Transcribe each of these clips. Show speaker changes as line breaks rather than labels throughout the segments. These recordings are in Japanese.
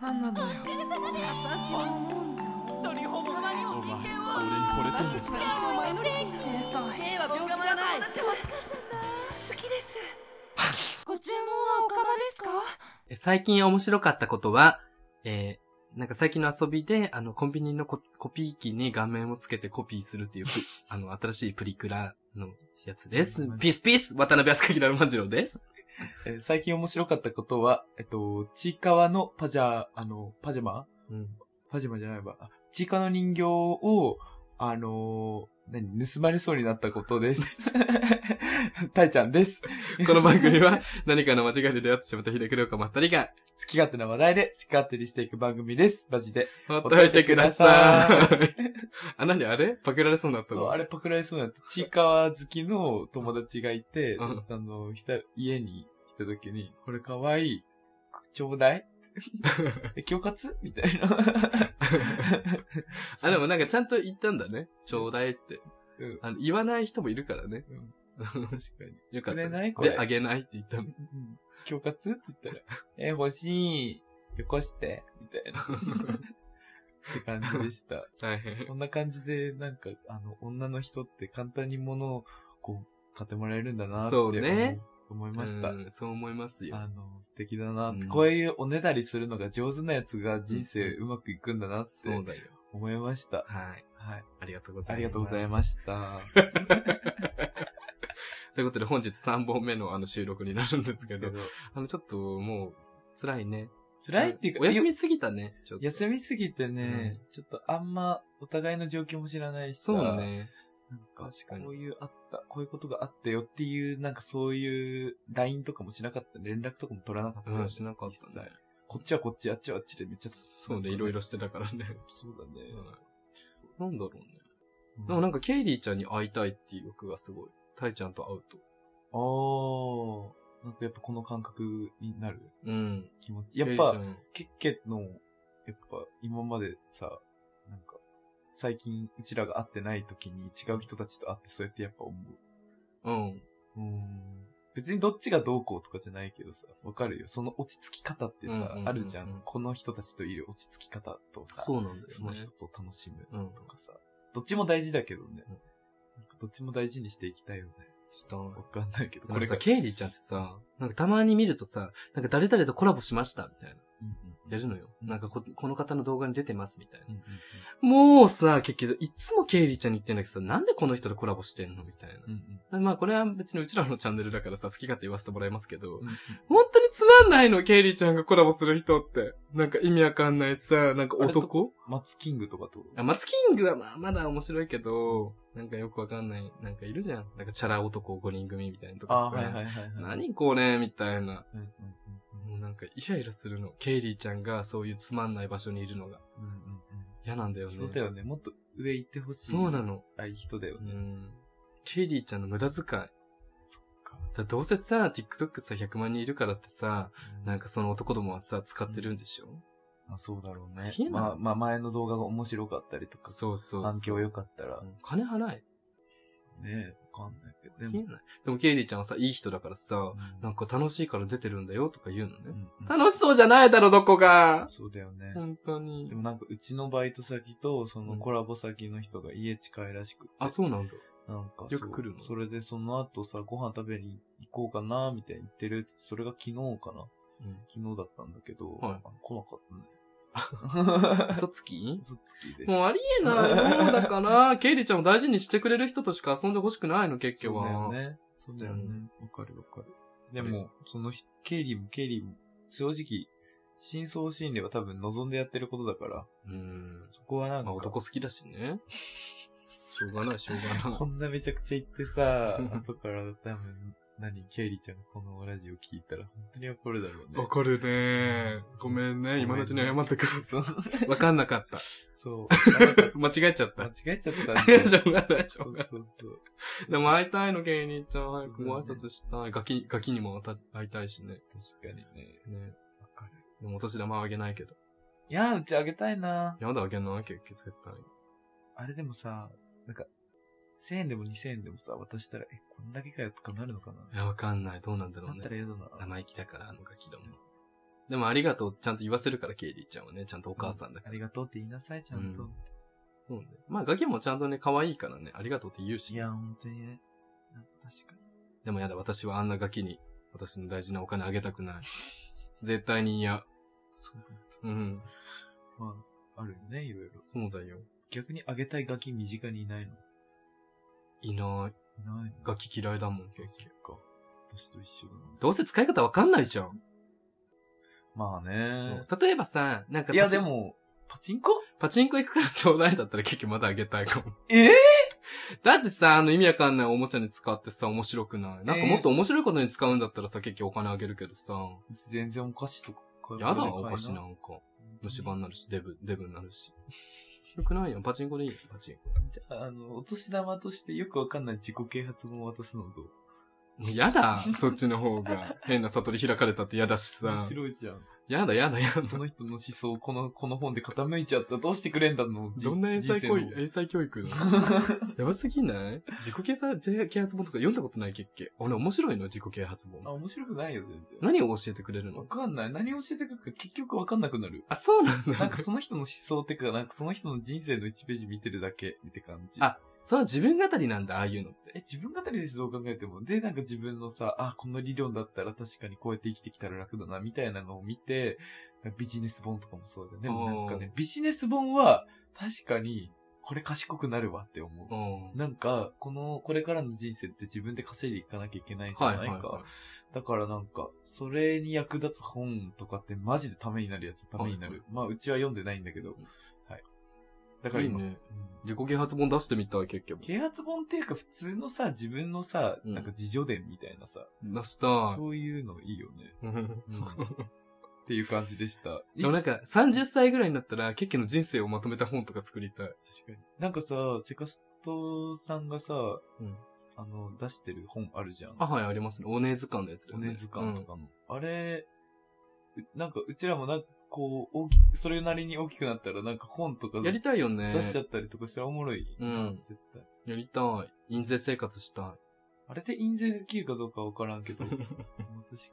何なのよ私は飲んじゃおう
取りほぼまにも人権を
俺に惚れて
私たちは一生前乗り本当は兵は病気じゃない
我慢
好きですご注文はおかまですか
最近面白かったことは、えー、なんか最近の遊びで、あの、コンビニのココピー機に画面をつけてコピーする っていうプ、あの、新しいプリクラのやつです。ピースピース渡辺厚木ラルマジロです。
えー最近面白かったことは、えっと、ちいかわのパジャ、あの、パジャマ
うん。
パジャマじゃないわ。あちいかわの人形を、あのー何、盗まれそうになったことです。 たいちゃんです。
この番組は、 何かの間違いで出会ってしまったひでくりょうかまったりが、
好き勝手な話題で、好き勝手にしていく番組です。マジで。
ほっといてください。 あ、なにあれパクられそうになった
そう、
の
あれ パクられそうになって、ちいかわ好きの友達がいて、
うん
あの、ひた家に来た時に、これかわいい。ちょうだい え、恐喝みたいな。
あ、でもなんかちゃんと言ったんだね。ちょうだいって。
うん
あの、言わない人もいるからね。
うん
よ
確かに。
かった。
くれないこれ
で、あげないって言 ったの。
うん恐喝って言ったら、え、欲しい。よこして。みたいな。って感じでした。
大変。
こんな感じで、なんか、あの、女の人って簡単に物を、こう、買ってもらえるんだなって
そ
思
う
う、
ね
思いました。
うんそう思いますよ。
あの、素敵だなって、
うん
こういうおねだりするのが上手なやつが人生うまくいくんだなって
そうだよ。
思いました。
はい。
はい。
ありがとうございま
あ
す。
りがとうございま した。
す。ということで本日3本目のあの収録になるんですけど、
です
あの、ちょっともう、辛いね。
けど辛いっていうか、
お休みすぎたね。ちょっと。
休みすぎてね、ちょっとあんまお互いの状況も知らないしさ
そう。ね。
なんか、
確かに
こういうあった、こういうことがあったよっていう、なんかそういう LINE とかもしなかった、連絡とかも取らなかった。
うん、しなかった
一
ね
切。こっちはこっち、あっちはあっちでめっちゃ。
そうね、いろいろしてたからね。
そうだね。
なんだろうね。でもなんかケイリーちゃんに会いたいっていう欲がすごい。タイちゃんと会うと。
あー、なんかやっぱこの感覚になる
うん。
気持ち。やっ
ケイ
ぱ、
リーち
ケッケの、やっぱ今までさ、なんか、最近うちらが会ってない時に違う人たちと会ってそうやってやっぱ思
ゃんうん。
う。うーん。別にどっちがどうこうとかじゃないけどさ、わかるよ。その落ち着き方って
うんうん
さ
うんう、ん
あるじゃん。この人たちといる落ち着き方とさ、
そうなんです
その
ね。
人と楽しむ
うん
と。かさ、どっちも大事だけどね
うん。
なんかどっちも大事にしていきたいよね。
した
わかんないけど、こ
これ
れ
さ、
が。
ケイリーちゃんってさ、なんかたまに見るとさ、なんか誰々とコラボしましたみたいな。
うんうんうん
やるのよ。なんかこ、この方の動画に出てますみたいな。
うんうん
もうさ、結局、いつもケイリーちゃんに言ってんだけどさ、なんでこの人とコラボしてんのみたいな。
うんうん
まあこれは別にうちらのチャンネルだからさ、好き勝手言わせてもらいますけど、
うんうん
本当につまんないの、ケイリーちゃんがコラボする人って。なんか意味わかんないさ、なんか男
マツキングとかと。
あマツキングはまあまだ面白いけど、なんかよくわかんない、なんかいるじゃん。なんかチャラ男5人組みたいなと
あ
か
ー
さ、
はいはいはいはい。
何これみたいな。
うんうん
もうなんかイライラするの。ケイリーちゃんがそういうつまんない場所にいるのが
うんうんうん
嫌なんだよ
うん
ね。
そうだよね。もっと上行ってほしい。
そうな。の。
ああいう人だよ
う
ね。
ん。ケイリーちゃんの無駄遣い。
か
だどうせさ、TikTok さ100万人いるからってさ、なん
か、
かその男どもはさ、使ってるんでしょ、
まあそうだろう
あ
ね
りえ。ない
まあまあ前の動画が面白かったりとか、
そうそうそう。
反響良かったら
う、ん金払え。
ねわかんないけど。で
ありえない。でもケイリーちゃんはさ、いい人だからさ、
な
なんんか楽しいから出てるんだよとか言うのね。
か、
楽しそうじゃないだろ、どこが。
そうだよね。
本当に
で。もなんか、うちのバイト先と、そのコラボ先の人が家近いらしくて。
あ、そ うなんだ。
なんかそう、
よく来るの
それでその後さ、ご飯食べに行こうかな、みたいに言ってるって、それが昨日かな
うん。
昨日だったんだけど、
はい
あ来なかったね。
嘘つき
嘘つきです。
もうありえないものだ から、ケイリーちゃんを大事にしてくれる人としか遊んでほしくないの、結局は。
そうだよね。そうだよね。わ、かるわかる。でも、その人、ケイリーもケイリーも、正直、真相心理は多分望んでやってることだから、
うん。
そこはなんか、
まあ男好きだしね。しょうがない、しょうがない
こ。んなめちゃくちゃ言ってさ、後から多分、何、ケイリーちゃんがこのラジオ聞いたら本当に怒るだろうね。
わかるねごめんね、今のうちに謝ってくる。
そう。
わかんなかった。
そう。
間違えちゃっ
間
た。
違えちゃったん
しょうがない、し
そ
ょ
うう
がない。
そうそう。
でも会いたいの、ケイリーちゃん。早く
そうだ
ご挨
ね
拶したい。ガキ、ガキにもまた会いたいしね。
確かにね。
ねわかる。でもお年玉はあげないけど。
いやー、うちあげたいな
やだあげない結局絶対。
あれでもさ、なんか、1000円でも2000円でもさ、渡したら、え、こんだけかよとかなるのかない
や、わかんない。どうなんだろ
だ
う
ったら
ね。
嫌だな。
生意気だから、あのガキども。でもありがとうちゃんと言わせるから、ケイリーちゃんはね、ちゃんとお母さんだか
あ
ら。
りがとうって言いなさい、ちゃんと。
うんそうねまあ、ガキもちゃんとね、可愛いからね、ありがとうって言う
い
し。
や、本当にね。なんか確かに。
でもやだ、私はあんなガキに、私の大事なお金あげたくない。 絶対に嫌。
そう
うん。
まあ、あるよね、いろいろ。
そうだよ。
逆にあげたいガキ身近にいないのい
いない。
ないの
ガキ嫌いだもん、結局。
か。私と一緒だな。
どうせ使い方わかんないじゃん。
まあね。
例えばさ、なんか
いや、
パチ
でも、パチンコ
パチンコ行くからちょうだいだったら 結局まだあげたいかも。
ええ
だってさ、あの意味わかんないおもちゃに使ってさ、面白くない。なんかもっと面白いことに使うんだったらさ、結局お金あげるけどさ。
うち全然お菓子とか買
やだ、お菓子なんか。虫歯になるし、デブ、デブになるし。よくないよ。パチンコでいいよ、パチンコ。
じゃあ、あの、お年玉としてよくわかんない自己啓発本を渡すのと、
もうやだ、そっちの 方が。変な悟り開かれたってやだしさ
面。白いじゃん。
やだ、やだ、やだ。
その人の思想をこの、この本で傾いちゃったらどうしてくれんだの
どんな英才教育、英才教育だ やばすぎない自己啓発啓発本とか読んだことないっけっけあれ面白いの自己啓発
あ、
本。
面白くないよ、全然。
何を教えてくれる
わ
の
かんない。何を教えてくるか結局わかんなくなる。
あ、そうなん だ。
なんかその人の思想ってか、なんかその人の人生の1ページ見てるだけって感じ。
あそう、自分語りなんだ、ああいうのって。
え、自分語りでしどう考えても。で、なんか自分のさ、あ、この理論だったら確かにこうやって生きてきたら楽だな、みたいなのを見て、なんかビジネス本とかもそうじゃん。でもなんかね、ビジネス本は確かにこれ賢くなるわって思
う
う。
ん。
なんか、この、これからの人生って自分で稼いでいかなきゃいけないじゃ
は
ないい
は
か。
い、は
だからなんか、それに役立つ本とかってマジでためになるやつ、ためになる。まあ、うちは読んでないんだけど。はい。だから
い。いい
今、
ね。
うん
自己啓発本出してみたい、結局。
啓発本っていうか普通のさ、自分のさ、
うん
なんか自助伝みたいなさ、
出した
そういうのいいよね。
い。
っていう感じでした。
でもなんか、30歳ぐらいになったら、ケッケの人生をまとめた本とか作りたい。
確かに。なんかさ、セカストさんがさ、
うん
あの、出してる本あるじゃん。
あ、はい、ありますね。おねえ図鑑のやつだ
お
よね。
ねずかんと
うん
かの。あれ、うなんかうちらもなんかこう、大きそれなりに大きくなったらなんか本とか
やりたいよね。
出しちゃったりとかしたらおもろい。
うん
絶対。
やりたい。印税生活したい。
あれで印税できるかどうかわからんけど。 まあ確か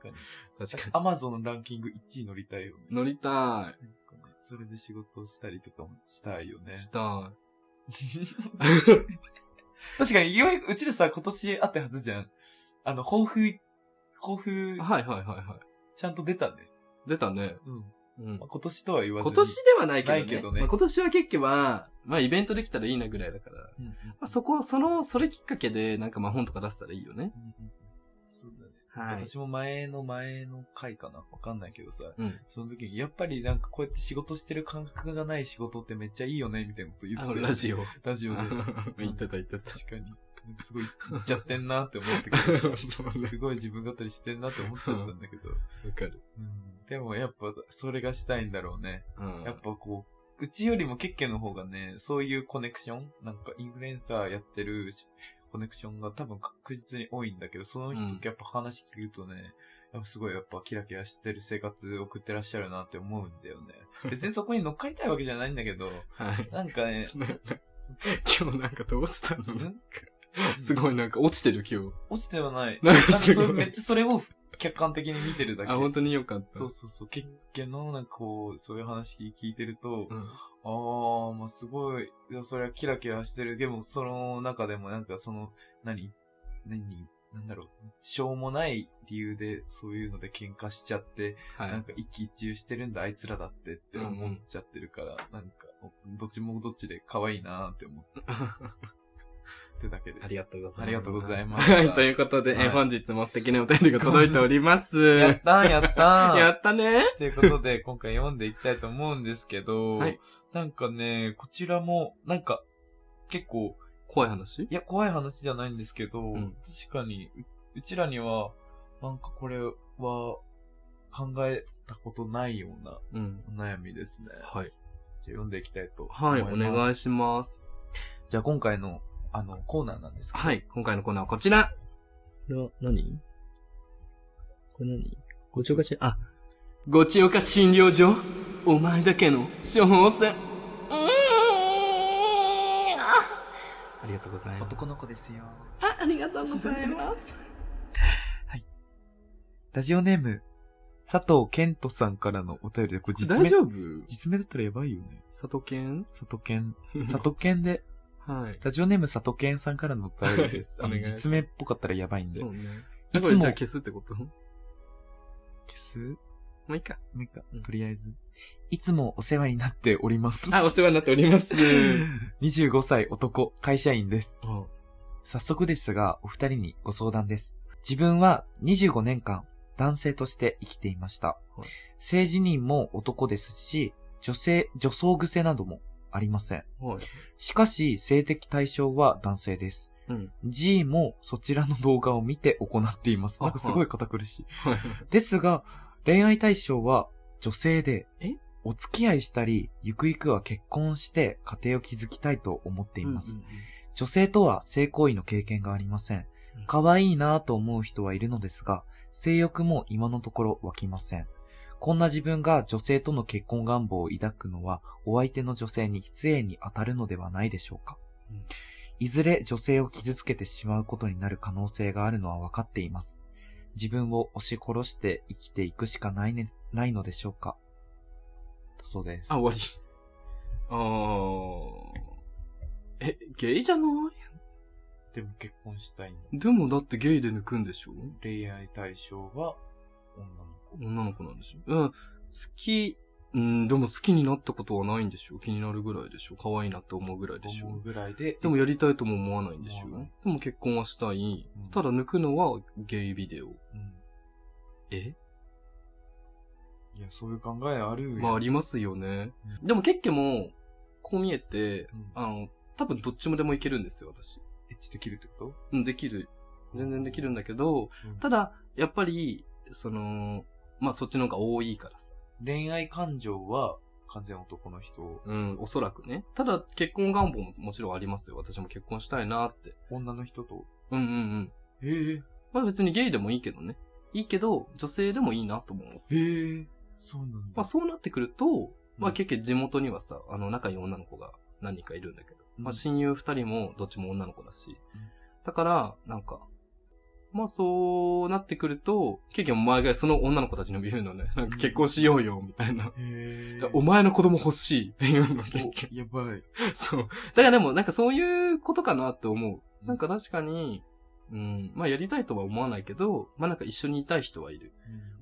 に。
確かに。
アマゾンのランキング1位乗りたいよね。
乗りた
なんかね、それで仕事をしたりとかもしたいよね
い。。した
確かに、ようやくうちらさ、今年あったはずじゃん。あの、抱負、抱負
い。、はいはいはいは
ちゃんと出たね。
い。出たね。
うん。
うん
まあ、。今年とは言わず
今
に。
年ではないけどね。
ないけどね
まあ今年は結局は、まあイベントできたらいいなぐらいだから。ま
うんうん
あそこ、その、それきっかけで、なんかまあ本とか出せたらいいよね。
うんうんそうだね。
はい。
私も前の前の回かなわかんないけどさ、
うん。
その時に、やっぱりなんかこうやって仕事してる感覚がない仕事ってめっちゃいいよね、みたいなこと言って
あ
た
の、
よ
ラジオ。
ラ ジオで。
言ってた言ってた。
確かに。なんかすごい、言っちゃってんなって思ってくる
そうね
すごい自分語りしてんなって思っちゃったんだけど。
わかる。
うんでもやっぱ、それがしたいんだろうね。
うん。
やっぱこう、うちよりもケッケの方がね、そういうコネクションなんかインフルエンサーやってるしコネクションが多分確実に多いんだけど、その人
うん
やっぱ話聞くとね、やっぱすごいやっぱキラキラしてる生活送ってらっしゃるなって思うんだよ ね。別にそこに乗っかりたいわけじゃないんだけど、
はい。
なんか ね、
今日なんかどうしたのなんかす
い。
ごいなんか落ちてる今日。
落ちてはない。
なんか
なんか
す
そ
ご
れめっ
い。
ちゃそれを客観的に見てるだけ
あ、。本当によかった。
そうそうそう。ケッケのなんかこう、そういう話聞いてると、
うん。
ああ、まあすごい、いや、それはキラキラしてる。でも、その中でもなんかその、何何なんだろう。しょうもない理由で、そういうので喧嘩しちゃって、
は
なん
い。
か一喜一憂してるんだ、あいつらだってって思っちゃってるから、なんか、どっちもどっちで可愛いなーって思ってだけです。
ありがとうございます。
ありがとうございます
はい、ということで、えー
はい
本日も素敵なお便りが届いております。
やったー、やったー。
やったね
ということで、今回読んでいきたいと思うんですけど、
はい
なんかね、こちらも、なんか、結構、
怖い話
いや、怖い話じゃないんですけど、
ん
確かにうち、うちらには、なんかこれは、考えたことないような
うん。
お悩みですね。
はい。
じゃあ読んでいきたいと思
はいい、
ます。
お願
い。
いします。
じゃあ今回の、あの、コーナーなんですけど、
はい、今回のコーナーはこちら。これは何これ何ごちおかし、あ、ごちおか診療所お前だけの処方箋。ありがとうございます。
男の子ですよ
あ、ありがとうございます。
ラジオネーム
佐藤健人さんからのお便りで、これ実
大
名、
丈夫
実名だったらやばいよね。
佐藤健
佐藤健、佐藤健で、
はい。
ラジオネーム佐藤健さんからのお便りです。 あ
お
の
願いします
実名っぽかったらやばいんで。
そうね。
いつ
いつ
も
もじゃあ消すってことも
消す
ういいか。
もういいか
う、ん
とりあえず。いつもお世話になっております。
あ、お世話になってお ります。
25歳男、会社員です。
お
早速ですが、お二人にご相談です。自分は25年間、男性として生きていました。
はい
性自認も男ですし、女性、女装癖などもありません。
はい。
しかし、性的対象は男性です。
うん。
G もそちらの動画を見て行っています。
あ
なんかすごい堅苦しい。
はい。
ですが、恋愛対象は女性で
え、
お付き合いしたり、ゆくゆくは結婚して家庭を築きたいと思っています。女性とは性行為の経験がありません
うん。
可愛いなぁと思う人はいるのですが、性欲も今のところ湧きません。こんな自分が女性との結婚願望を抱くのは、お相手の女性に失礼に当たるのではないでしょうか
うん。
いずれ女性を傷つけてしまうことになる可能性があるのは分かっています。自分を押し殺して生きていくしかないね、ないのでしょうか。だそうです。
あ、終わり。あー。え、ゲイじゃない
でも結婚したいんだ。
でもだってゲイで抜くんでしょ
恋愛対象は女の子。
女の子なんでしょうん。好き、うん、でも好きになったことはないんでしょ気になるぐらいでしょ可愛いなって思うぐらいでし
思う
ょ
ぐらいで。
でもやりたいとも思わないんでしょ
思わない
でも結婚はしたい
うん。
ただ抜くのはゲイビデオ。
うん、
え
いや、そういう考えあるよ。
まあありますよね。でも結局も、こう見えて、
うん
あの、多分どっちもでもいけるんですよ、私。
エッチできるってこと
うん、できる。全然できるんだけど、
うん
ただ、やっぱり、その、まあそっちの方が多いからさ。
恋愛感情は完全男の人、
うん、おそらくね。ただ、結婚願望ももちろんありますよ。私も結婚したいなって。
女の人と。
うんうんうん。
へえ、
まあ別にゲイでもいいけどね。いいけど、女性でもいいなとも思う。
へえ、そうなんだ。
まあそうなってくると、まあ結局地元にはさ、あの仲いい女の子が何人かいるんだけど、
うん
まあ親友二人もどっちも女の子だし、だから、なんか、まあそうなってくると、結局毎回その女の子たちにも言うのね、なんか結婚しようよ、みたいな。
へえ。
お前の子供欲しいっていうの結局
おやばい。
そう。だからでもなんかそういうことかなって思う。なんか確かに、うん、まあやりたいとは思わないけど、まあなんか一緒にいたい人はいる。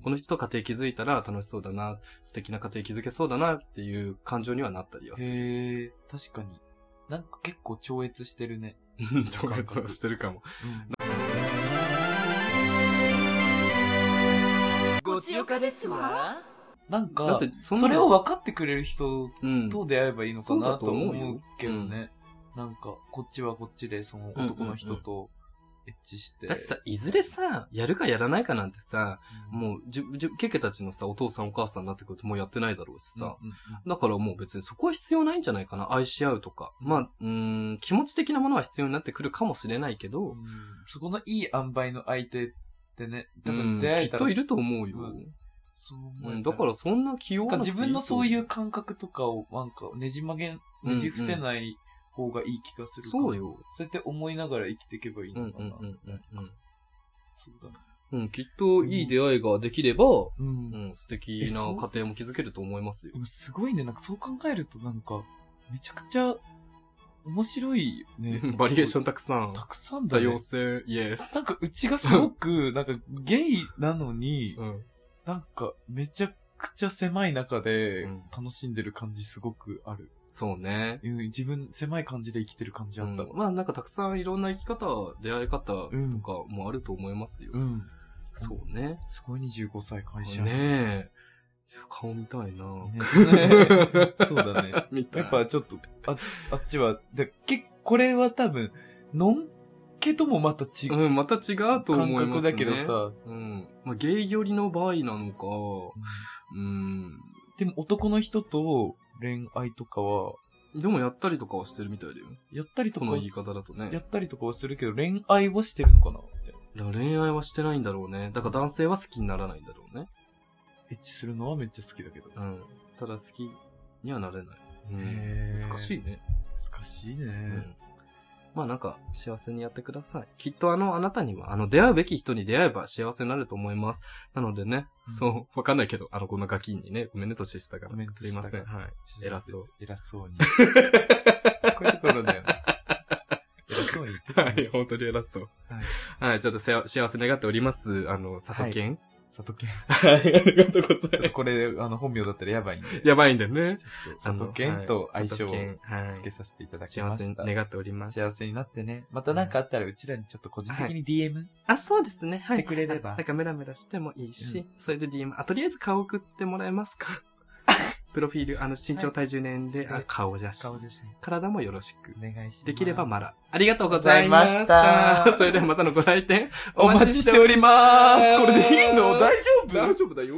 この人と家庭築いたら楽しそうだな、素敵な家庭築けそうだなっていう感情にはなったりはする。
へえ、確かに。なんか結構超越してるね。
情熱はしてるかも。
ごちよかですわ
なんか、
だって
そ
そんな
れを分かってくれる人
うん。
と出会えばいいのかなと
そうだと思うよ
思うけどね。なんか、こっちはこっちで、その男の人とエッチして。
だってさ、いずれさ、やるかやらないかなんてさ、
うん、
もう、じゅ、じゅ、ケケたちのさ、お父さんお母さんになってくるともうやってないだろうしさ。
うんうん
だからもう別にそこは必要ないんじゃないかな。愛し合うとか。まあ、うーん、気持ち的なものは必要になってくるかもしれないけ
う
ど、
んそこのいい塩梅の相手ってね、多
うん
分出会
き
え
った
ら、
といると思うよ。
うんそう思
う
え
ん、
た
だからそんな気
な
を
んか自分のそういう感覚とかを、なんかねじ曲げ、ねじ伏せない方がいい気がするかも
そう。よ。
そうやって思いながら生きていけばいい
うんう
の
ん
か
う
な。
んうんうん。
そうだね。
うん、きっといい出会いができれば、
う。
うんん、素敵な家庭も築けると思いますよ。
で。もすごいね、なんかそう考えるとなんか、めちゃくちゃ面白い ね
バリエーション
ン
たくさん。
たくさん
多
だよ、
様
ね。
性、イエス。
なんかうちがすごく、 なんかゲイなのに、
うん。
なんか、めちゃくちゃ狭い中で
うん、
楽しんでる感じすごくある。
そうね。
うん、自分、狭い感じで生きてる感じあった
うん
わ。
まあなんかたくさんいろんな生き方、出会い方とか
うん
もあると思いますよ。
うん。
そうね。
すごい25歳会社。
ねえ。顔見たいな
ねそうだね。
見た い。
やっぱちょっと、あ、あっちは、で、け、これは多分、のんけともまた違う
うん、また違うと思
感
いま
覚
すね。
だけどさ、
うん。まあ、ゲイ寄りの場合なのか、うん。
でも男の人と恋愛とかは、
でもやったりとかはしてるみたいだよ。
やったりと
こ
かは
の言い方だとね。
やったりとかはするけど、恋愛はしてるのかなって。
だから恋愛はしてないんだろうね。だから男性は好きにならないんだろうね。
エッチするのはめっちゃ好きだけど。
うん。ただ好きにはなれない。うん
へー
難しいね。
難しいね。
うん。まあなんか幸せにやってください。きっとあのあなたには、あの出会うべき人に出会えば幸せになると思います。なのでね、
うん
そう、わかんないけど、あのこんなガキにね、ごめんね、年下から。
ごめんね
すいません。
年下
はい。偉そう。
偉そうに。こういうところだよね。偉そうに言ってた
は
ね
い、。 本当に偉そう。
は
はい、ちょっとせわ幸せ願っております。あの、佐藤健。
里健。
はい、 ありがとうござ
ちょっと。こ れ、あの、本名だったらやばいんで。
やばいんだよね。
ちょっと、里健と相性を
を
つけさせていただき
幸
ま
せ
し
に
た。
願っております。
幸せになってね。またなんかあったら、うちらにちょっと個人的に DM
あ、そうですね。は
し
い
て。くれれば
なん。かメラメラしてもいいし、それで DM、あ、とりあえず顔送ってもら えますかプロフィール、あの、身長体重年で、
はい
あ顔写
顔
真。
写真
体もよろしく
お。願いします。
できればまだ。ありがとうございました。
ありがとうございました
それではまたのご来店、
お待ちしております。これでいいの大丈夫
丈夫だよ。